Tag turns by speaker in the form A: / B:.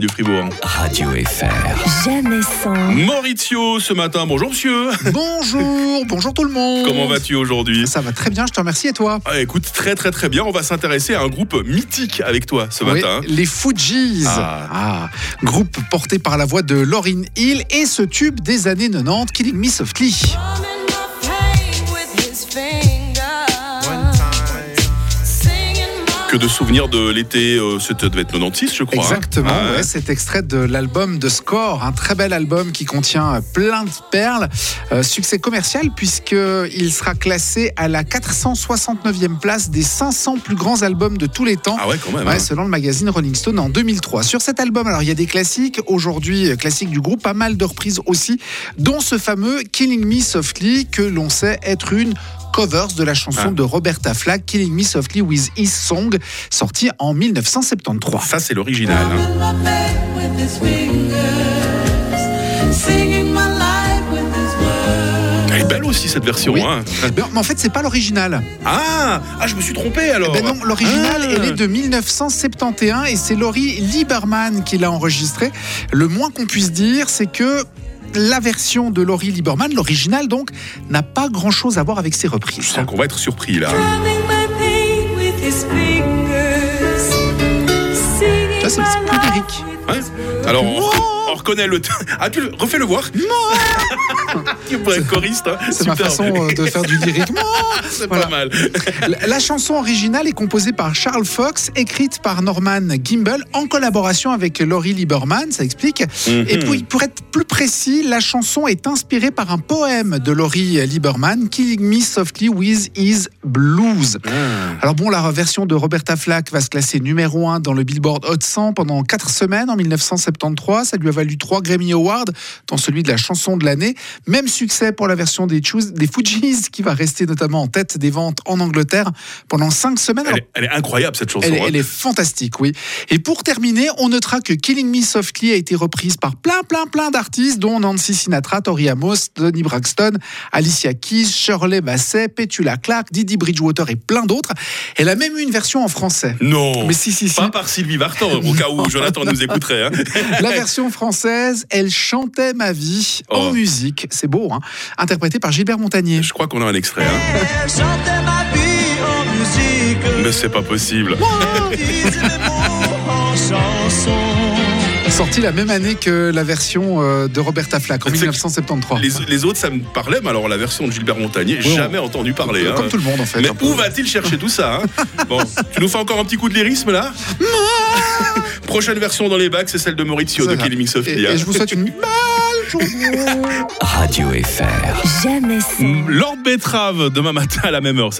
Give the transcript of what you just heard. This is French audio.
A: du Fribourg.
B: Radio FR.
C: Jamais sans.
A: Maurizio, ce matin, bonjour monsieur.
D: Bonjour, bonjour tout le monde.
A: Comment vas-tu aujourd'hui
D: Ça va très bien, je te remercie et toi
A: Ah, Écoute, très très très bien. On va s'intéresser à un groupe mythique avec toi ce matin.
D: Oui, Les Fujis.
A: Ah.
D: groupe porté par la voix de Lauryn Hill et ce tube des années 90, Killing Me Softly.
E: Drumming my pain with his fingers. Singing my
A: Que de souvenirs de l'été, euh, c'était devait être 96 je crois. hein.
D: Exactement,
A: Ah,
D: ouais, cet extrait de l'album de Score, un très bel album qui contient euh, plein de perles. Euh, succès commercial puisqu'il sera classé à la 469e place des 500 plus grands albums de tous les temps.
A: Ah ouais quand même.
D: Ouais,
A: hein.
D: selon le magazine Rolling Stone en 2003. Sur cet album, alors il y a des classiques, aujourd'hui euh, classiques du groupe, pas mal de reprises aussi, dont ce fameux Killing Me Softly que l'on sait être une cover de la chanson
A: Ah.
D: de Roberta Flack, Killing Me Softly with His Song, sortie en 1973.
A: Ça c'est l'original. hein.
E: my pain with his fingers. Singing my life with his words.
A: Elle est belle aussi cette version.
D: Oui.
A: hein.
D: Mais en fait, c'est pas l'original.
A: Ah, ah, je me suis trompé alors.
D: Ben non, l'original,
A: Ah.
D: elle est de 1971 et c'est Laurie Lieberman qui l'a enregistré. Le moins qu'on puisse dire, c'est que la version de Laurie Lieberman, l'original donc, n'a pas grand-chose à voir avec ses
A: Je
D: reprises.
A: sens qu'on va être surpris là.
E: Drumming my pain with his fingers. Singing
D: Ça, c'est
E: my
D: plus
E: life
D: lyrique.
E: with
A: Hein
E: his words.
A: Alors on, on reconnaît le. Ah tu le refais le voir. Tu pourrais être choriste. hein.
D: C'est ma
A: Super.
D: façon euh, de faire du lyrique.
A: C'est
D: Voilà.
A: pas mal.
D: La la chanson originale est composée par Charles Fox, écrite par Norman Gimbel en collaboration avec Laurie Lieberman, ça explique. Et
A: Mhm.
D: puis, pour être plus précis, la chanson est inspirée par un poème de Laurie Lieberman, Killing Me Softly with His Blues. Alors bon, la version de Roberta Flack va se classer numéro 1 dans le Billboard Hot 100 pendant 4 semaines en 1973. Ça lui a valu 3 Grammy Awards, dont celui de la chanson de l'année. Même succès pour la version des, Choos- des Fujis, qui va rester notamment en tête des ventes en Angleterre pendant 5 semaines. Alors,
A: Elle est, elle est incroyable cette chanson.
D: elle, est-
A: hein.
D: elle est fantastique, oui. Et pour terminer, on notera que Killing Me Softly a été reprise par plein, plein, plein d'artistes, dont Nancy Sinatra, Tori Amos, Donny Braxton, Alicia Keys, Shirley Bassey, Petula Clark, Didi Bridgewater et plein d'autres. Elle a même eu une version en français.
A: Non.
D: Mais si, si, si.
A: Pas par Sylvie Vartan, au cas où Jonathan nous écouterait. hein.
D: La version française, elle chantait ma vie
A: Oh.
D: en musique. C'est beau, hein Interprétée par Gilbert Montagnier.
A: Je crois qu'on a un extrait. hein.
F: Elle chantait ma vie en musique,
A: Mais c'est pas possible.
F: disait les mots en chanson.
D: Sortie la même année que la version euh, de Roberta Flack, en
A: C'est-
D: 1973.
A: Les, les autres, ça me parlait, mais alors la version de Gilbert Montagnier,
D: on-
A: jamais entendu parler. hein.
D: Comme tout le monde, en fait.
A: Mais
D: un peu.
A: où va-t-il chercher tout ça hein Bon, tu nous fais encore un petit coup de lyrisme là Prochaine version dans les bacs, c'est celle de Maurizio
D: C'est
A: de
D: ça.
A: Killing Me Softly.
D: Et,
A: hein.
D: et je vous souhaite une belle journée.
B: Radio FR.
C: Jamais sans.
A: Lord Betrave demain matin à la même heure.